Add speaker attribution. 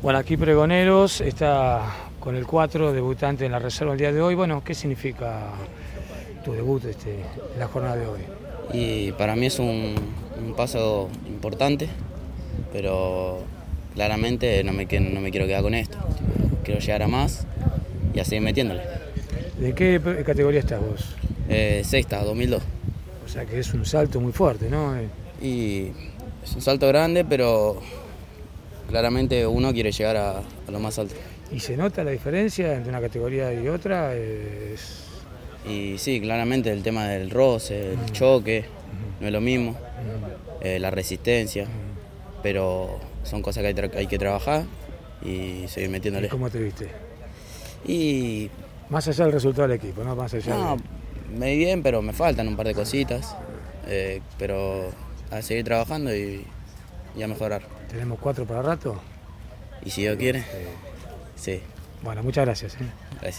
Speaker 1: Bueno, aquí Pregoneros está con el 4, debutante en la reserva el día de hoy. Bueno, ¿qué significa tu debut este, en la jornada de hoy?
Speaker 2: Y para mí es un, un paso importante, pero claramente no me, que- no me quiero quedar con esto. Tipo, Quiero llegar a más y a seguir metiéndole.
Speaker 1: ¿De qué p- categoría estás vos?
Speaker 2: Eh, sexta, 2002.
Speaker 1: O sea que es un salto muy fuerte, ¿no? Eh,
Speaker 2: Y es un salto grande, pero claramente uno quiere llegar a, a lo más alto.
Speaker 1: ¿Y se nota la diferencia entre una categoría y otra? Eh, es-
Speaker 2: Y sí, claramente el tema del roce, el choque, no es lo mismo, eh, la resistencia, pero son cosas que hay, tra- hay que trabajar y seguir
Speaker 1: ¿Y
Speaker 2: metiéndole.
Speaker 1: ¿Cómo te viste?
Speaker 2: Y
Speaker 1: Más allá del resultado del equipo, ¿no? Más allá.
Speaker 2: no,
Speaker 1: de-
Speaker 2: me vi bien, pero me faltan un par de cositas, eh, pero a seguir trabajando y, y a mejorar.
Speaker 1: ¿Tenemos cuatro para rato?
Speaker 2: Y si Dios quiere, sí,
Speaker 1: Bueno, muchas gracias. ¿eh?
Speaker 2: gracias.